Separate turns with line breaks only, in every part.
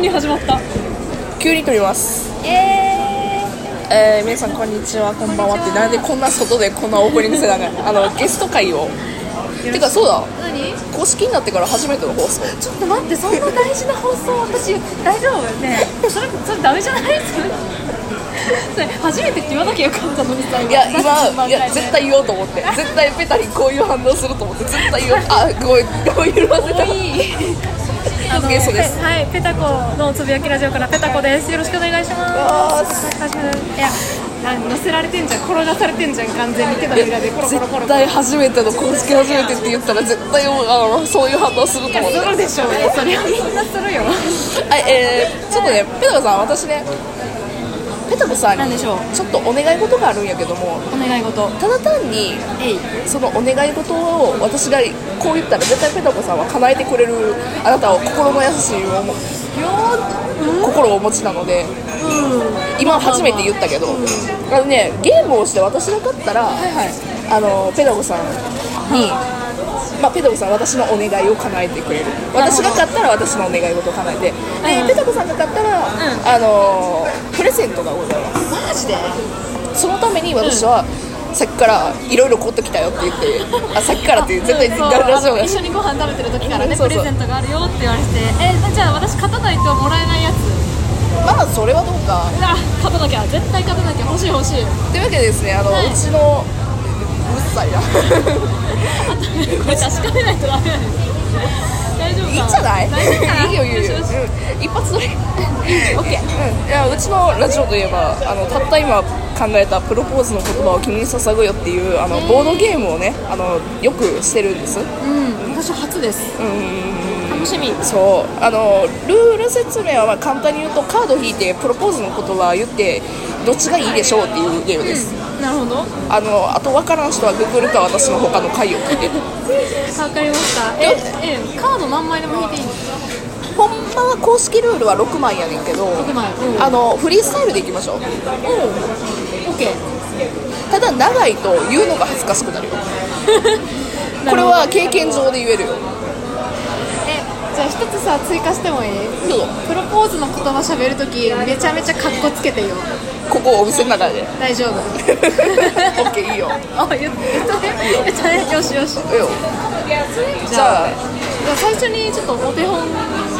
に始まった
キュウリ取ります
イエー
えー、皆さんこんにちはこんばんはってなんでこんな外でこんなオープニングせなあかんあのゲスト会を
イ
てかそうだ
何
公式になってから初めての放送
ちょっと待ってそんな大事な放送私大丈夫ねそれそれダメじゃないそれそれ初めてって言わなきゃよかったのにさ
いや今いや絶対言おうと思って絶対ペタリこういう反応すると思って絶対言おうあごめんごめん緩ませ
多
た
い
あのゲストです
ペはいペタコのつぶやきラジオからペタコですよろしくお願いしますいやあ乗せられてんじゃん転がされてんじゃん完全に手のひらでコロコロコロ
絶
コロ
対初めての公式初めてって言ったら絶対あのそういう反応すると思っ
い
て
やするでしょうよそれはみんなするよ
はいえー、ちょっとねペタコさん私ねペタコさん
何
に
でしょう
ちょっとお願い事があるんやけども
お願い事
ただ単に
えい
そのお願い事を私がこう言ったら絶対ペタコさんは叶えてくれるあなたは心の優しいおも心をお持ちなので今初めて言ったけどあのねゲームをして私が勝ったらあのペタコさんに、まあ、ペタコさんは私のお願いを叶えてくれる私が勝ったら私のお願い事を叶えてで
うん
ペタコさんが勝ったら、あのプレゼントがございます
マジで
そのために私は、さっきからいろいろ買ってきたよって言 ってあさっきからって絶対
そう
ラジ
あ
オ
の
だ
一
し
緒にご飯食べてる時からね
そう
プ
そう
レゼントがあるよって言われてえじゃあ私勝たないともらえないやつ
まあそれはどうか
うわ勝たなきゃ絶対勝たなきゃ欲しい欲しい
というわけでですねあの、
はいう
ちのうっさいな
これ確かめないとダメなんですよ大丈夫か
いいんじゃない
大丈夫かない
いよいいよいいよ、
ししし
うん一発撮 り
オッケー
うんいやうちのラジオといえばあのたった今考えたプロポーズの言葉を君に捧ぐよっていうあのボードゲームをねあのよくしてるんです
うん私初です楽しみ
そうあのルール説明はまあ簡単に言うとカード引いてプロポーズの言葉を言ってどっちがいいでしょうっていうゲームです、
なるほどわ
あのあと分からん人はググるか私の他の回を聞いて
かりましたええカード何枚でも引いていいんです
ほんまは公式ルールは6枚やねんけど
6枚うん
あのフリースタイルでいきましょう
オッケー
ただ長いと言うのが恥ずかしくなるよこれは経験上で言えるよ
えじゃあ一つさ追加してもいい
どうぞ
プロポーズの言葉喋るときめちゃめちゃカッコつけてよ
ここお店の 中で
大丈夫
OK いいよ
あ言って言ったね言ったねよしよし
いいよじゃあ
じゃあ最初にちょっとお手本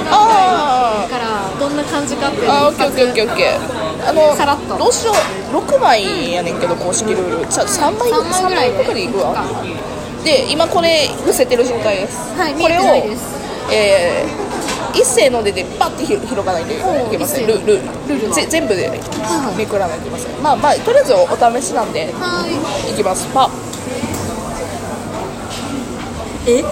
あ
からどんな感じかっていう
あ
の
あ
を
オッケーオッケーオッケーオッケーあの
さらっと
どうしよう6枚やねんけど公式ルールじゃあ3枚
三枚ぐらい
3枚くらいいくわで今これ伏せてる状態です
はい
これを
見えてないです
えー一斉の出てパッてひ広がないといけません
おう
ルルール
ルールは
ぜ全部で
い
めくらないといけませんまあまあとりあえずお試しなんで
はい
きますパ
え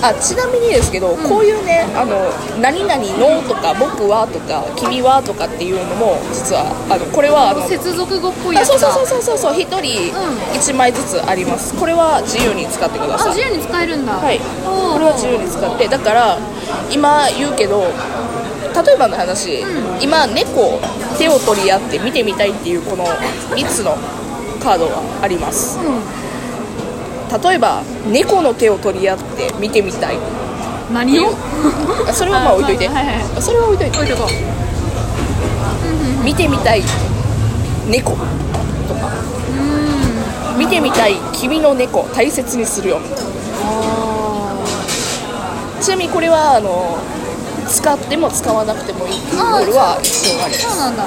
あちなみにですけど、こういうねあの「何々の」とか「僕は」とか「君は」とかっていうのも実はあのこれはあの
接続語っぽい
あ
やつ
そう
だ
そうそうそうそう一人一枚ずつありますこれは自由に使ってくだ
あ
さ
自
い
由に使えるんだ
はい
おー
これは自由に使ってだから今言うけど例えばの話、今猫手を取り合って見てみたいっていうこの3つのカードがあります、例えば猫の手を取り合って見てみたい
何を
あそれはまあ置いといて、
あまあまあはいは
それは置いといて
置いとこ
見てみたい猫とか見てみたい君の猫大切にするよちなみにこれはあの使っても使わなくてもいいっていうルールは一応あり
そうなんだ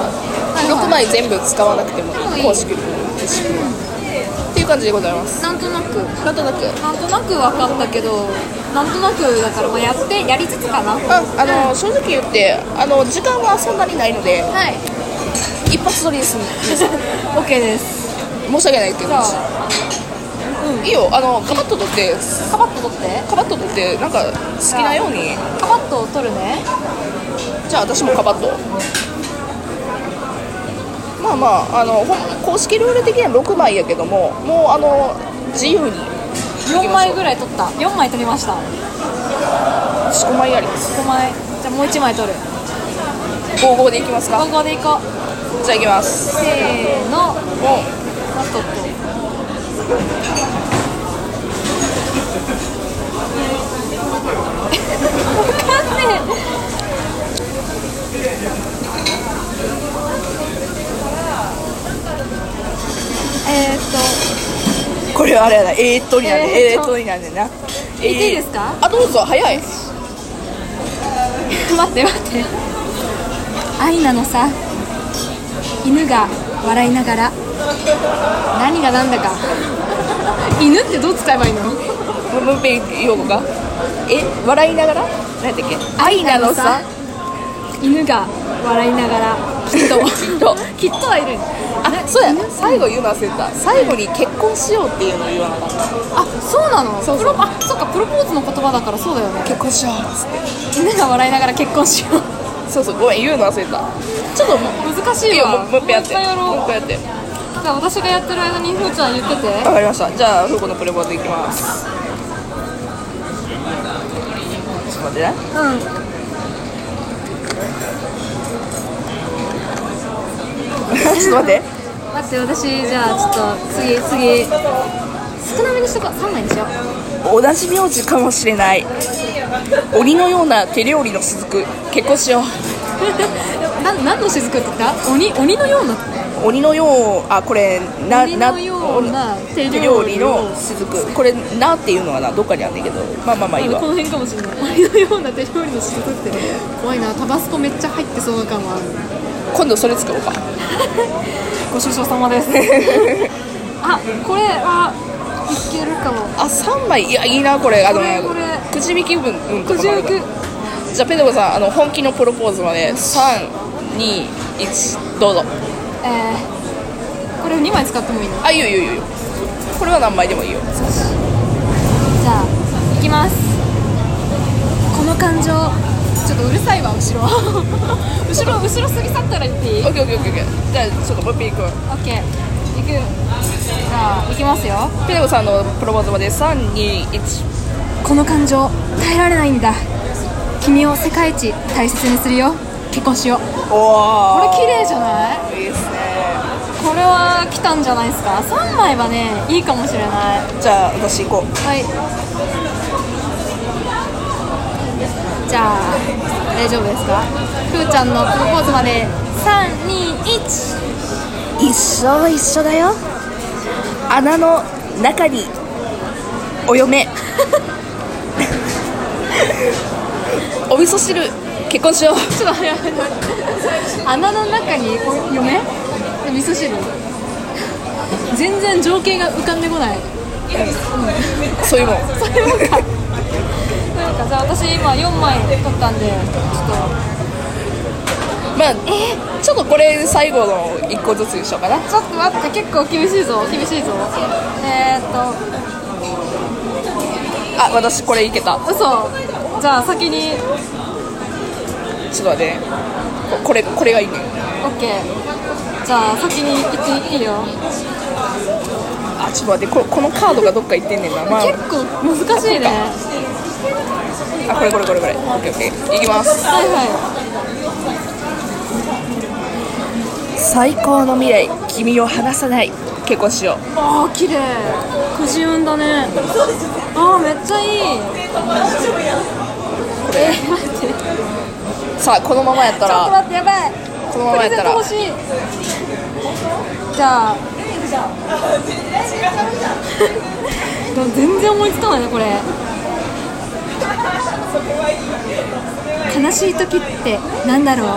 6枚全部使わなくても
もい
いい
い
公式ルールでしょっていう感じでございます
なんとなく
なんとなく
なんとなく分かったけどなんとなくだからまあやってやりつつかな
ああの正直言ってあの時間はそんなにないので
はい
一発撮りです
オッケーです
申し訳ないけど
じゃ
いいよあのカパッと撮って
カバッと取って
カバッと撮ってなんか好きなように
カバッと取るね
じゃあ私もカバッとまあまああのほん公式ルール的には6枚やけどももうあの自由に
4枚ぐらい取った4枚取りました
4枚やります
5枚じゃあもう1枚取る
55でいきますか
ここでいこう
じゃあいきます
せーの
も
あ ととわかんね
あれやなえー、っとになんねん
え
え
ーっ
ーっ
と
とになんねんなえ
言っていいですか
あどうぞ早い
待って待ってアイナのさ犬が笑いながら何がなんだか犬ってどう使えばいいの
もうもう一遍言おうかえ笑いながら何やったっけアイナのさ
犬が笑いながらき っと
きっと
きっとはいる
あそうや最後言うの忘れた最後に結婚しようっていうのを言わなかった
あそうなの
そうそう
プロあそっかプロポーズの言葉だからそうだよね
結婚しようっつって
犬が笑いながら結婚しよう
そうそうごめん言うの忘れたちょっともう
難し
いい
い
よ
わ
もうもう一遍やって
もう一回やろう
もう一回やって
じゃあ私がやってる間にふーちゃん言ってて
わかりましたじゃあフーコのプレポーズいきますちょっと待ってね
うん
ちょっと待って
待って私じゃあちょっと次次少なめにしとこう3枚にしよう
同じ名字かもしれない鬼のような手料理の雫結婚しよ
な何の雫って言った鬼鬼のような
う鬼のようあこれな
鬼のような手
手
料
料
理
理
の
の雫これ「な」っていうのはなどっかにあるんだけどまあまあまあいい
この
わ
辺かもしれない 鬼のような手料理の雫って怖いなタバスコめっちゃ入ってそうな感はある
今度それ作ろうか
ご愁傷様です あこれはいけるかも
あ三3枚いやいいなこれあのね
これこ
くじ引き分うんと
く
か
じ
な
ゅ
ん
う
か
く
じゃあペドコさんあの本気のプロポーズまで321どうぞ
えー、これ2枚使ってもいいの
あいいよいいよいいよこれは何枚でもいいよ
じゃあ行きますこの感情ちょっとうるさいわ後ろ 後ろ後ろ過ぎ去ったら言っていい
オッケーオッケーオッケーオッケーじゃあちょっともう一回いくわ
オッケー行くじゃあ行きますよ
ペドコさんのプロポーズまで321
この感情耐えられないんだ君を世界一大切にするよ結婚しようこ
お
れ
ー
綺麗じゃない
いいですね
これは来たんじゃないですか3枚はねいいかもしれないは
じゃあ私行こ
いじゃあ大丈夫ですかふーちゃんのプロポーズまで321
う一生は一緒だよ穴の中にお嫁 お味噌汁結婚しよう
ちょっと早い穴の中に嫁で味噌汁全然情景が浮かんでこない
そういうもん
それもかなんかじゃあ私今4枚取ったんでちょっ
まあちょっとこれ最後の1個ずつにしようかな
とちょっと待って結構厳しいぞ厳しいぞえー、っと
あ私これいけた
嘘じゃあ先に
ちょっと待ってねここれこれがいいね
OK じゃあ先に行っていいよ
あちょっと待ってここのカードがどっか行ってんねんな、まあ、
結構難しいねは
あこれこれこれこれオッケーオッケーいきます
いは
最高の未来君を離さない結婚しよ
いああ綺麗くじ運だねああめっちゃいいえー、待ってちょっ
うさあこのままやった
と
ら
待ってやばい
このままやったら
プレゼント欲しいじゃあでも全然思いつかないねこれ悲しい時ってなんだろう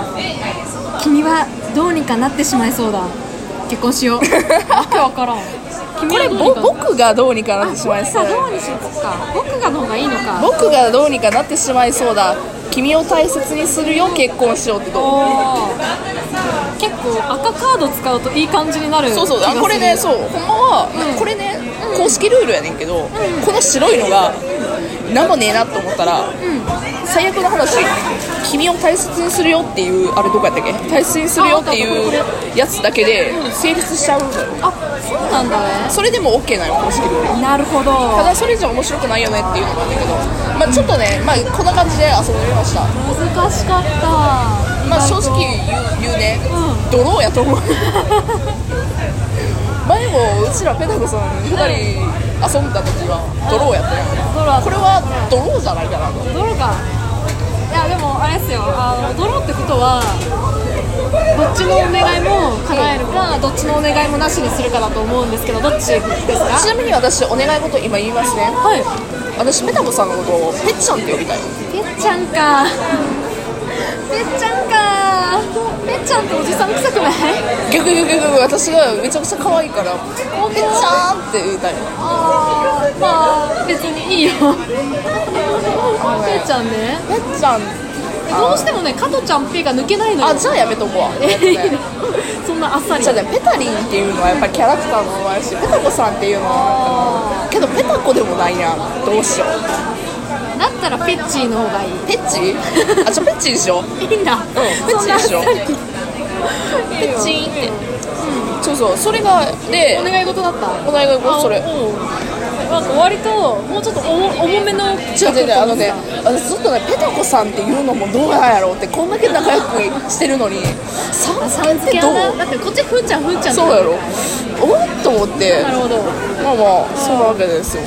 君はどうにかなってしまいそうだ結婚しようわけわからん君
これ
はどう
ぼ
にか
僕がどうにかなってしまい
あ
そ
さど
う
うにしようか僕がの方がいいのか
僕がどうにかなってしまいそうだ君を大切にするよ結婚しようってどう
おー結構赤カード使うといい感じになる
そうそう
気
あ
がする
これねそうほんまは、これね公式ルールやねんけど、この白いのが何もねえなと思ったら、最悪の話君を大切にするよっていうあれどこやったっけ大切にするよって
ああったあっ
いうやつだけで成立しちゃうのよ
あそうなんだね
それでも OK なのよ公式ルール
なるほど
ただそれ以上面白くないよねっていうのなんだけど、まあ、ちょっとね、まあ、こんな感じで遊んでみました
難しかった
まあ正直言う言うね、ドローやと 思う前もうちらペタコさん2人遊んだ時はドローやったやん
ドロー
これはドローじゃないかなと
ドローかいやでもあれですよあのドローってことはどっちのお願いも叶えるか、どっちのお願いもなしにするかだと思うんですけどどっちです
ち
か
なみに私お願い事今言いますね
はい
私メタボさんのことをてっちゃんって呼びたい
ぺっちゃんかぺっちゃんかぺっちゃんっておじさん臭くない
逆逆逆逆私がめちゃくちゃ可愛いから
本当
てっちゃんって言いたい
あーまあ別にい いよぺっちゃんね
てっちゃん
どうしてもね加トちゃんぺが抜けないのよ
あじゃあやめとこうわ
えそんなあっさり
じゃあねペタリンっていうのはやっぱりキャラクターの名前だしペタコさんっていうのはけどペタコでもないやんどうしよう
だったらペッチーの方がいい
ペッチ あじゃあペッチにしよう
いいんだ、
ペッチでしょ
そんなあっさり
ペッチーってそうそうそれがで
お願い事だった
お願い事それ
あおうなんか割ともうちょっと重重めの
違う違う違うあのね私ずっとねペタコさんっていうのもどうなんやろうってこんだけ仲良くしてるのにさん
さん付け
ど
は
う
なだってこっちふんちゃんふんちゃんって
そうやろおっと思って
なるほど
まあまあそうなわけですよ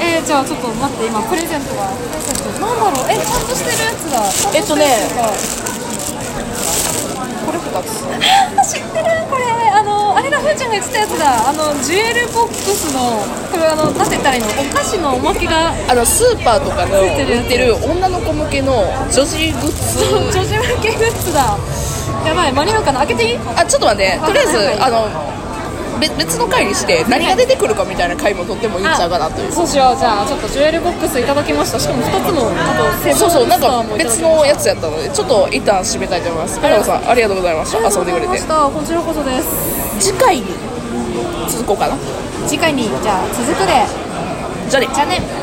えー、じゃあちょっと待って今プレゼントがプレゼントなんだろうえちゃんとしてるやつだちゃんしてるやつが
これ2つ
知ってるこれあのあれだふーちゃんが言ってたやつだあのジュエルボックスのこれあのなんて言ったらいいのお菓子のおまけが
あのスーパーとかの売
てるやつ
ってる女の子向けの女子グッズ
女子向けグッズだやばい間に合うかな開けていい
あちょっと待ってとりあえず
はい
あのべ別の回にして何が出てくるかみたいな回もとってもいいんちゃうかなという
そうしようじゃあちょっとジュエルボックスいただきましたしかも2つもあとセブン
そうそうなん
スタ
か
ーもいただきま
別
した
のやつやったのでちょっと一旦締めたいと思います
い
加藤さんありがとうございまし
ありが
た
と
遊
うんご
で
ざいま
くれて
したこちらこそです
次回に続こうかな
次回にじゃあ続くで
じゃあね
じゃあね